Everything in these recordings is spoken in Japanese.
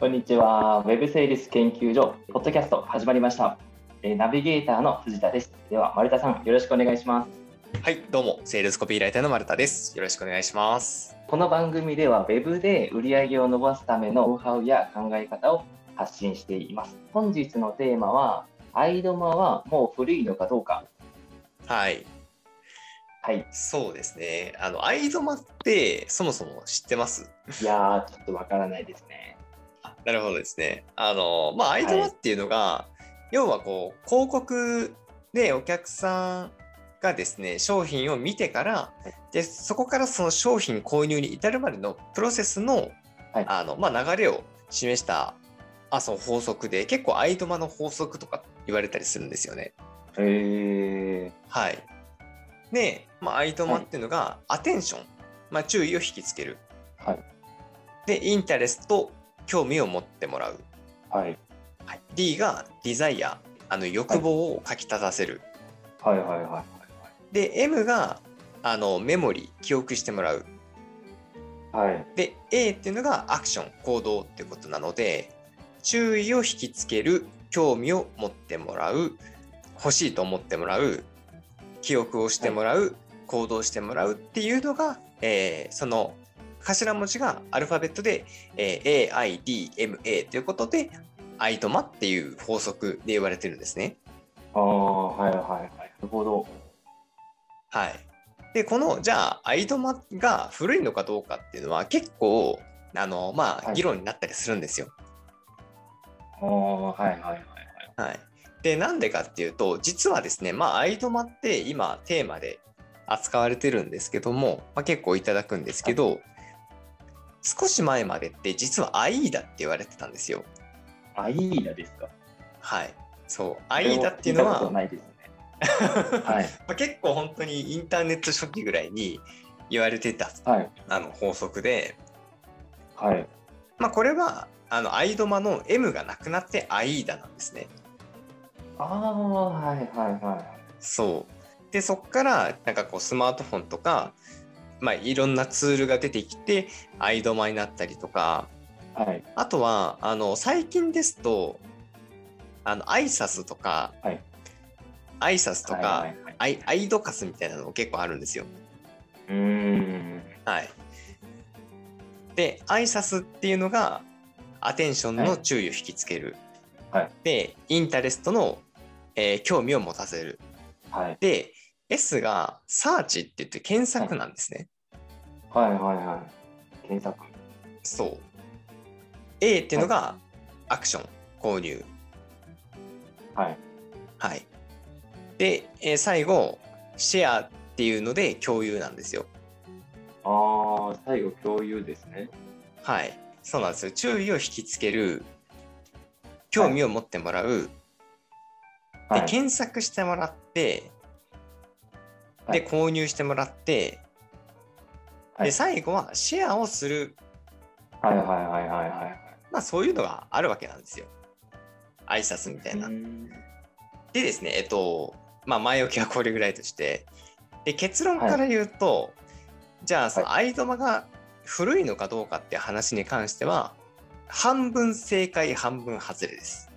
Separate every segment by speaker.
Speaker 1: こんにちは。ウェブセールス研究所、ポッドキャスト始まりました。えーナビゲーターの藤田です。では、丸田さん、よろしくお願いします。
Speaker 2: はい、どうも、セールスコピーライターの丸田です。よろしくお願いします。
Speaker 1: この番組では Web で売り上げを伸ばすためのノウハウや考え方を発信しています。本日のテーマは、アイドマはもう古いのかどうか。
Speaker 2: はい、
Speaker 1: はい。
Speaker 2: そうですね。あの、藍染まって、そもそも知ってます
Speaker 1: いやー、ちょっとわからないですね。
Speaker 2: あなるほどですね。あの、まあ、藍染まっていうのが、要はこう、広告でお客さんがですね、商品を見てから、で、そこからその商品購入に至るまでのプロセスの、
Speaker 1: はい
Speaker 2: あの、まあ、流れを示した、あ、そう、法則で、結構藍染まの法則とか言われたりするんですよね。
Speaker 1: え
Speaker 2: はい。で、まあ、アイドマっていうのが、アテンション、まあ、注意を引きつける。
Speaker 1: はい
Speaker 2: で、インタレスト、興味を持ってもらう。
Speaker 1: ー、はい。
Speaker 2: はい、D が、デザイア、あの欲望をかき立たせる。
Speaker 1: はいはいはいは
Speaker 2: で、M が、あのメモリー、記憶してもらう。
Speaker 1: い。はい。
Speaker 2: で、A っていうのが、アクション、行動ってことなので、注意を引きつける、興味を持ってもらう、欲しいと思ってもらう、記憶をしてもらう、行動してもらうっていうのが、えーその頭文字がアルファベットで、えー AIDMA ということで、アイドマっていう法則で言われてるんですね。
Speaker 1: あー、はいはいはい。なるほど。
Speaker 2: はい。で、この、じゃあ、アイドマが古いのかどうかっていうのは、結構、あの、ま
Speaker 1: は
Speaker 2: あ、
Speaker 1: い
Speaker 2: 議論になったりするんですよ。
Speaker 1: あー、はいはいはいはい。
Speaker 2: はい、でなんでかっていうと実はですねまあ「アイドマ」って今テーマで扱われてるんですけども、まあ、結構いただくんですけど少し前までって実は「アイーダ」って言われてたんですよ。
Speaker 1: アイーダですか。
Speaker 2: はいそう「アイーダ」っていうの
Speaker 1: 聞たこ
Speaker 2: は、
Speaker 1: と
Speaker 2: ま
Speaker 1: ないですね。 はい。
Speaker 2: あ、結構本当にインターネット初期ぐらいに言われてた
Speaker 1: はい。
Speaker 2: あの法則で、
Speaker 1: はい。
Speaker 2: まあ、これはあの「アイドマ」の M がなくなって「アイーダ」なんですね。
Speaker 1: ああ、はいはいは
Speaker 2: そうでそこからなんかこうスマートフォンとか、まあ、いろんなツールが出てきてアイドマになったりとか
Speaker 1: い。はい。
Speaker 2: あとはあの最近ですとあの挨拶とか、
Speaker 1: はい
Speaker 2: 挨拶とか、
Speaker 1: はいはいはい
Speaker 2: アイアイドカスみたいなのも結構あるんですよ。
Speaker 1: うーん。
Speaker 2: はい、で挨拶っていうのがアテンションの注意を引きつける、
Speaker 1: はい
Speaker 2: でインタレストの、えー興味を持たせる
Speaker 1: はい。
Speaker 2: で S がサーチって言って検索なんですね。
Speaker 1: はいはいはい。検索。
Speaker 2: そう。A っていうのがアクション、購入。
Speaker 1: はい。
Speaker 2: はい。で、えー最後、シェアっていうので共有なんですよ。
Speaker 1: ああ、最後共有ですね。
Speaker 2: はい。そうなんですよ。注意を引きつける、興味を持ってもらう、
Speaker 1: はい。
Speaker 2: で、検索してもらって、
Speaker 1: は
Speaker 2: で、
Speaker 1: い
Speaker 2: 購入してもらって、
Speaker 1: はい
Speaker 2: で、最後はシェアをする
Speaker 1: はいはいはいはいはい。
Speaker 2: まあそういうのがあるわけなんですよ。挨拶みたいな。でですね、えっと、まあ前置きはこれぐらいとして、で結論から言うと、じゃあその藍玉が古いのかどうかっていう話に関しては、半分正解、半分外れです。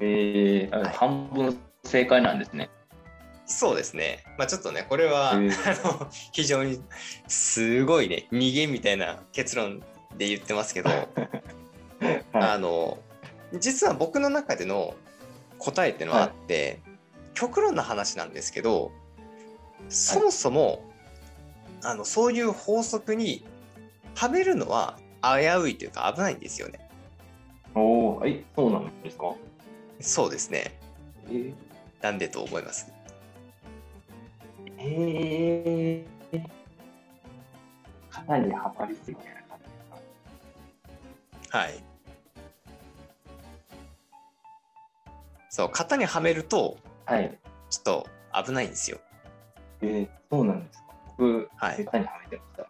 Speaker 1: ええー、あ
Speaker 2: はい
Speaker 1: 半分正解なんですね。
Speaker 2: そうですね。まあちょっとね、これは、
Speaker 1: へえ
Speaker 2: あの非常にすごいね、逃げみたいな結論で言って ますけど、
Speaker 1: は
Speaker 2: あの実は僕の中での答えっていうのはあって、極論の話なんですけどそもそも、あのそういう法則に食べるのは危ういというか危ないんですよ
Speaker 1: い。
Speaker 2: ね。
Speaker 1: おお、え、そうなんですか。
Speaker 2: そうですね。
Speaker 1: えー、
Speaker 2: なんでと思います。
Speaker 1: えー、かなりハマりすぎてな感じですか。
Speaker 2: はい。そう型にはめると
Speaker 1: はい。
Speaker 2: ちょっと危ないんですよ。
Speaker 1: えー、そうなんですか。僕、
Speaker 2: はい
Speaker 1: 下手にはめてました。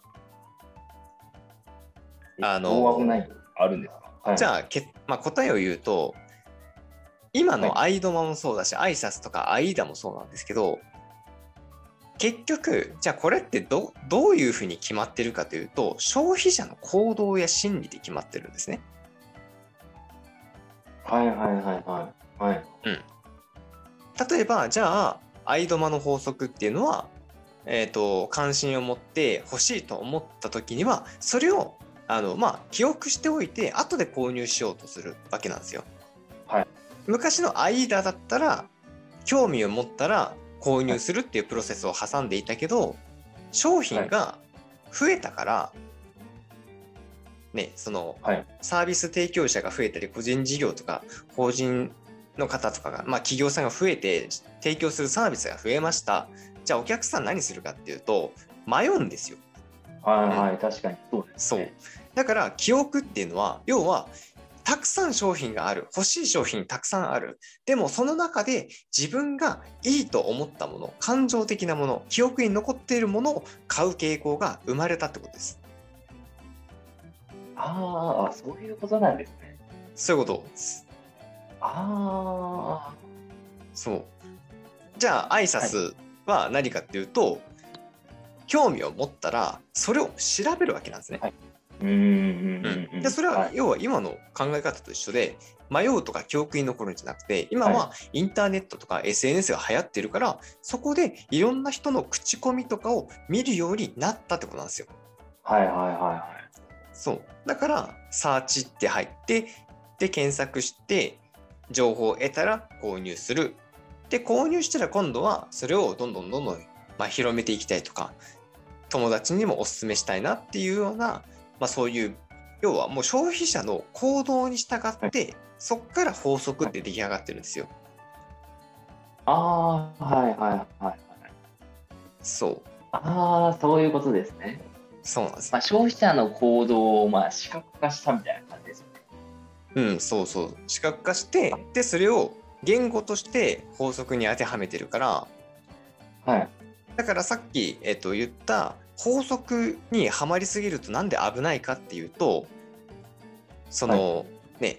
Speaker 1: え
Speaker 2: あの
Speaker 1: 大危ないあるんですか。はい、
Speaker 2: じ
Speaker 1: あ、
Speaker 2: ゃあけ、まあ、答えを言うと今のアイドマもそうだし、挨拶とかアイダもそうなんですけど結局じゃあこれってどどういうふうに決まってるかというと消費者の行動や心理で決まってるんですね。
Speaker 1: はいはいはいはい。はい。
Speaker 2: 例えばじゃあ愛ドマの法則っていうのは、えー、と関心を持って欲しいと思った時にはそれをあのまあ記憶しておいて後で購入しようとするわけなんですよ。
Speaker 1: はい、
Speaker 2: 昔のアイダだったら興味を持ったら購入するっていうプロセスを挟んでいたけど商品が増えたから、ねその
Speaker 1: はい
Speaker 2: サービス提供者が増えたり個人事業とか法人の方とかが、まあ、企業さんが増えて提供するサービスが増えましたじゃあお客さん何するかっていうと迷うんですよ
Speaker 1: はいはい。確かに。そうです。
Speaker 2: そうだから記憶っていうのは要はたくさん商品がある欲しい商品たくさんあるでもその中で自分がいいと思ったもの感情的なもの記憶に残っているものを買う傾向が生まれたってことです
Speaker 1: あーあ、そういうことなんですね。
Speaker 2: そういうことです
Speaker 1: あ
Speaker 2: そう。じゃあ挨拶は何かっていうと、興味を持ったらそれを調べるわけなんですね。
Speaker 1: あ。うんうんうんうん。
Speaker 2: でそれは要は今の考え方と一緒で、迷うとか記憶に残るんじゃなくて今ははインターネットとか SNS が流行ってるからそこでいろんな人の口コミとかを見るようになったってことなんですよ。
Speaker 1: はいはいはいはい。
Speaker 2: そうだからサーチって入ってで検索して情報を得たら購入するで購入したら今度はそれをどんどんどんどん、まあ、広めていきたいとか友達にもおすすめしたいなっていうような、まあ、そういう要はもう消費者の行動に従って、そっから法則って出来上がってるんですよ。
Speaker 1: ああ、はいはいはい。
Speaker 2: そう
Speaker 1: ああ、そういうことですね。
Speaker 2: そうなんです
Speaker 1: まあ、消費者の行動をまあ視覚化したみたいな感じですよね。
Speaker 2: うん、そうそう。視覚化して、で、それを言語として法則に当てはめてるから、
Speaker 1: はい。
Speaker 2: だからさっき、えっと、言った法則にはまりすぎるとなんで危ないかっていうとその、ね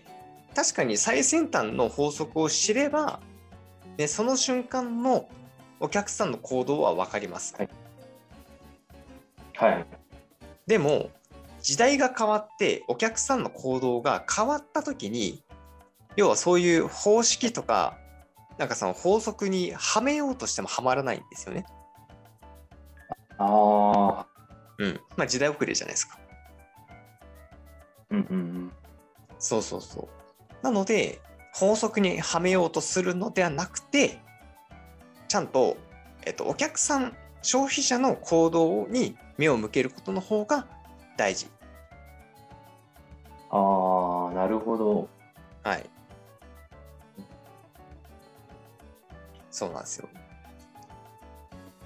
Speaker 2: 確かに最先端の法則を知れば、ね、その瞬間のお客さんの行動は分かります。
Speaker 1: はいはい。
Speaker 2: でも時代が変わってお客さんの行動が変わった時に要はそういう方式とかなんかその法則にはめようとしてもはまらないんですよね。
Speaker 1: ああ、
Speaker 2: うん。まあ時代遅れじゃないですか。
Speaker 1: うんうんうん。
Speaker 2: そうそうそう。なので、法則にはめようとするのではなくて、ちゃんと、えっと、お客さん、消費者の行動に目を向けることの方が大事。
Speaker 1: ああ、なるほど。
Speaker 2: はい。そうなんですよ。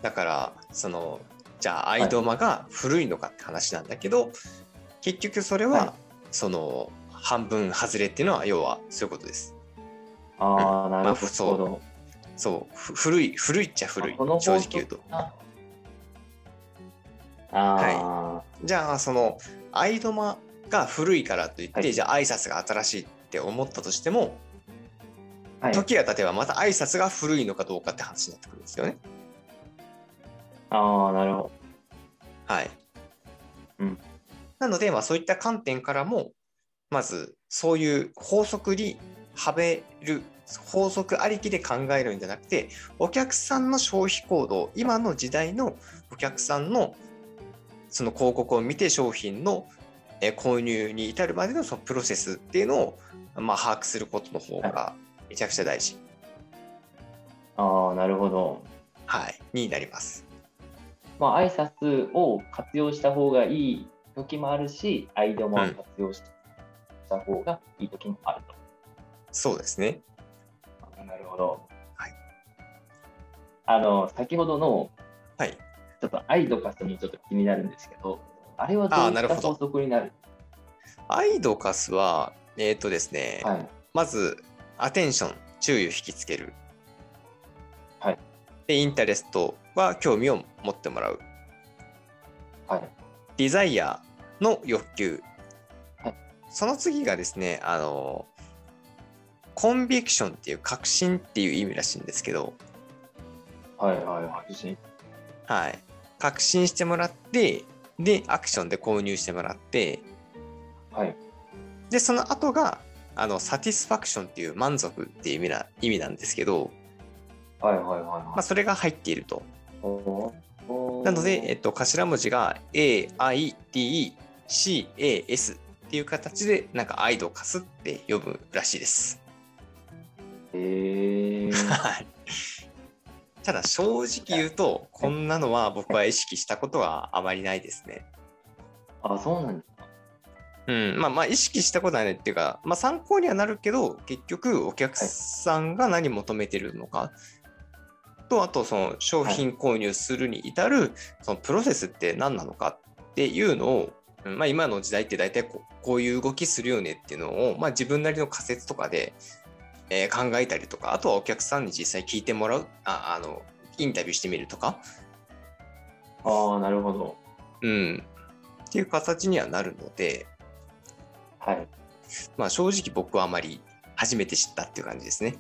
Speaker 2: だから、その、じゃあ、ア
Speaker 1: い
Speaker 2: イドマが古いのかって話なんだけど、結局それは、
Speaker 1: はい
Speaker 2: その、半分外れっていうのは、要はそういうことです。
Speaker 1: ああ、な
Speaker 2: ま
Speaker 1: る
Speaker 2: あそ
Speaker 1: ほ
Speaker 2: う
Speaker 1: ど。
Speaker 2: そう、ふ古い、古いっちゃ古い、
Speaker 1: あこの法
Speaker 2: 正
Speaker 1: 則
Speaker 2: 直言うと。
Speaker 1: ああ
Speaker 2: じゃあ、その、アイドマが古いからといって、
Speaker 1: はい
Speaker 2: じゃあ、挨拶が新しいって思ったとしても、
Speaker 1: ー、はい。
Speaker 2: 時が経てばまた挨拶が古いのかどうかって話になってくるんですよね。
Speaker 1: ああ、なるほど。
Speaker 2: はい。
Speaker 1: うん
Speaker 2: なので、まあ、そういった観点からも、まず、そういう法則にはめる、法則ありきで考えるんじゃなくて、お客さんの消費行動、今の時代のお客さんのその広告を見て商品のえー購入に至るまでのそのプロセスっていうのを、まあ、把握することの方がめちゃくちゃ大事、
Speaker 1: ああ、なるほど。
Speaker 2: はい、になります。
Speaker 1: まあ、挨拶を活用した方がいい時もあるし、アイデアも活用した方がいい時もあると。
Speaker 2: そうですね。
Speaker 1: なるほど。
Speaker 2: はい。
Speaker 1: あの、先ほどの、
Speaker 2: はい。
Speaker 1: ちょっとアイドカスもちょっと気になるんですけど、あれはど
Speaker 2: あ
Speaker 1: う
Speaker 2: ー
Speaker 1: い
Speaker 2: な
Speaker 1: っ
Speaker 2: る
Speaker 1: た
Speaker 2: ほど
Speaker 1: 法則になる
Speaker 2: アイドカスは、えっ、とですね、
Speaker 1: はい。
Speaker 2: まず、アテンション、注意を引きつける。
Speaker 1: はい。
Speaker 2: で、インタレストは興味を持ってもらう。
Speaker 1: はい。
Speaker 2: デザイアの欲求。
Speaker 1: はい
Speaker 2: その次がですね、あの、コンビクションっていう確信っていう意味らしいんですけど、
Speaker 1: はいはいはい。自信。
Speaker 2: はい。確信してもらって、で、アクションで購入してもらって、
Speaker 1: はい。
Speaker 2: で、その後が、あの、サティスファクションっていう満足っていう意味な意味なんですけど、
Speaker 1: はいはいはいはい。
Speaker 2: まあ、それが入っていると。
Speaker 1: おー
Speaker 2: なので、えっと、頭文字が AIDCAS っていう形で、なんか、アイドカスって呼ぶらしいです。
Speaker 1: えー、
Speaker 2: はい。ただ、正直言うと、こんなのは僕は意識したことはあまりないですね。
Speaker 1: あ、そうなんですか。
Speaker 2: うん、まあまあ意識したことはないっていうか、まあ、参考にはなるけど結局お客さんが何求めてるのか、とあとその商品購入するに至るそのプロセスって何なのかっていうのを、うんまあ、今の時代って大体こうこういう動きするよねっていうのを、まあ、自分なりの仮説とかで、えー考えたりとかあとはお客さんに実際聞いてもらうああのインタビューしてみるとか、
Speaker 1: ああ、なるほど。
Speaker 2: うん、っていう形にはなるので。
Speaker 1: はい。
Speaker 2: まあ正直僕はあまり初めて知ったっていう感じですね。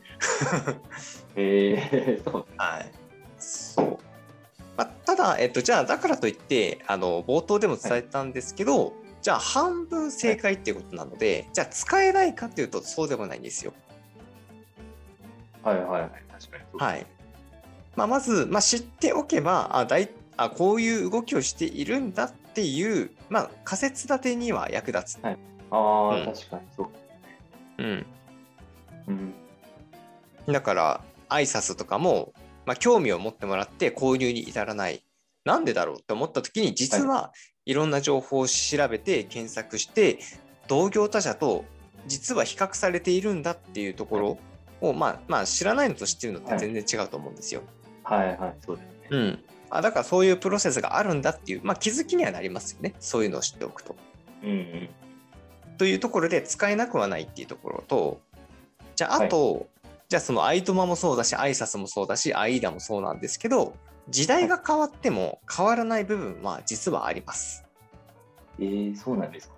Speaker 1: えー、そう。
Speaker 2: はい。そう。まあ、ただ、えっと、じゃあだからといって、あの、冒頭でも伝えたんですけど、じゃあ半分正解っていうことなので、じゃあ使えないかっていうとそうでもないんですよ。
Speaker 1: はいはいはい。確かに。い。
Speaker 2: はい。まあ、まず、まあ、知っておけば、あ、だい、あ、こういう動きをしているんだっていう、まあ、仮説立てには役立つ。
Speaker 1: ああ、
Speaker 2: うん
Speaker 1: 確かにそう。
Speaker 2: うん。
Speaker 1: うん。
Speaker 2: だから挨拶とかも、まあ、興味を持ってもらって購入に至らないなんでだろうって思った時に実はいろんな情報を調べて検索して同業他社と実は比較されているんだっていうところを、まあ、まあ知らないのと知ってるのって全然違うと思うんですよ。
Speaker 1: はいはい、そうですね。
Speaker 2: うん、あだからそういうプロセスがあるんだっていう、まあ、気づきにはなりますよねそういうのを知っておくと。
Speaker 1: うんうん。
Speaker 2: というところで使えなくはないっていうところとじゃあ
Speaker 1: はい
Speaker 2: あと、じゃあそのアイトマもそうだし挨拶もそうだしアイダもそうなんですけど時代が変わっても変わらない部分は実はあります。
Speaker 1: えー、そうなんですか。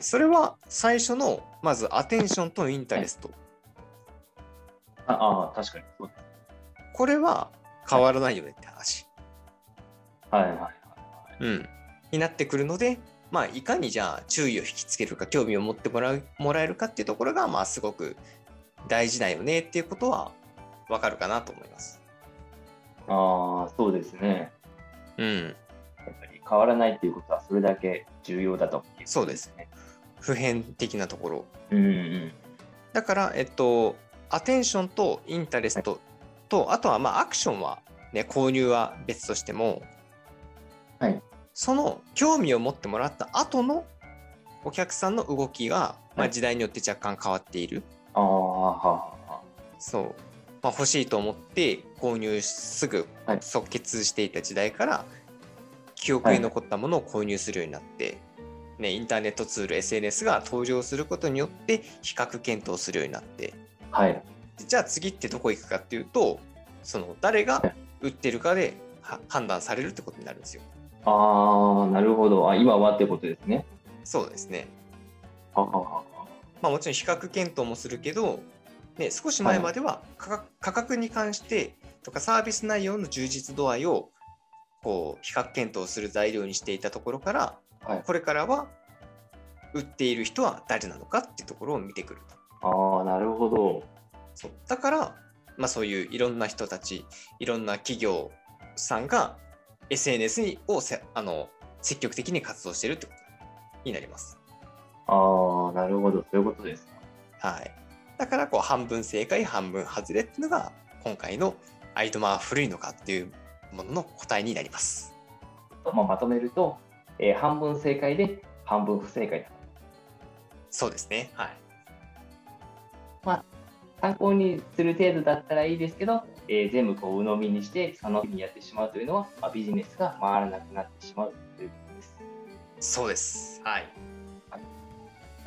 Speaker 2: それは最初のまずアテンションとインタレスト、
Speaker 1: ああー、確かにそうです。
Speaker 2: これは変わらないよねって話、
Speaker 1: はいはいはい。
Speaker 2: うん、になってくるので、まあ、いかにじゃあ注意を引きつけるか興味を持ってもらうもらえるかっていうところが、まあ、すごく大事だよねっていうことはわかるかなと思います。
Speaker 1: ああ、そうですね。
Speaker 2: うん
Speaker 1: やっぱり変わらないっていうことはそれだけ重要だと。
Speaker 2: そうです
Speaker 1: ね。
Speaker 2: 普遍的なところ
Speaker 1: うんうん。
Speaker 2: だからえっとアテンションとインタレストと、あとはまあアクションはね購入は別としても、
Speaker 1: はい
Speaker 2: その興味を持ってもらった後のお客さんの動きが、
Speaker 1: は
Speaker 2: まあ、
Speaker 1: い
Speaker 2: 時代によって若干変わっている、
Speaker 1: ああ、はあはあ。
Speaker 2: そう、まあ、欲しいと思って購入すぐ
Speaker 1: はい
Speaker 2: 即決していた時代から記憶に残ったものを購入するようになって、ね、インターネットツール SNS が登場することによって比較検討するようになって
Speaker 1: はい。
Speaker 2: じゃあ次ってどこ行くかっていうとその誰が売ってるかでは判断されるってことになるんですよ。
Speaker 1: ああ、なるほど。あ、今はってことですね。
Speaker 2: そうですね
Speaker 1: はあはあは
Speaker 2: まあ、もちろん比較検討もするけど、ね、少し前までは価格,、価格に関してとかサービス内容の充実度合いをこう比較検討する材料にしていたところから、
Speaker 1: はい
Speaker 2: これからは売っている人は誰なのかっていうところを見てくると。
Speaker 1: あああ、なるほど。
Speaker 2: そうだから、まあ、そういういろんな人たちいろんな企業さんが SNS にをせあの積極的に活動してるってことになります。
Speaker 1: ああ、なるほど。そういうことです。
Speaker 2: はい、だからこう半分正解半分外れっていうのが今回の「アイドマは古いのか」っていうものの答えになります。
Speaker 1: まあ、まとめると、えー半分正解で半分不正解だ。
Speaker 2: そうですね、はい、
Speaker 1: 参考にする程度だったらいいですけど、えー全部こう鵜呑みにして、その日にやってしまうというのは、まあ、ビジネスが回らなくなってしまうということです。
Speaker 2: そうです、はい、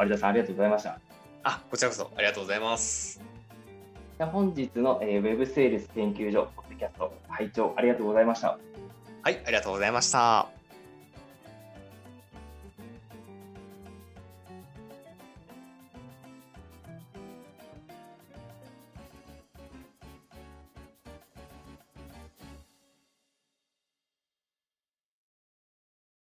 Speaker 1: 有田さん、ありがとうございました。
Speaker 2: あこちらこそありがとうございます。
Speaker 1: じゃあ本日の、えーウェブセールス研究所、ポッドキャスト、拝聴ありがとうございました。
Speaker 2: はいありがとうございました。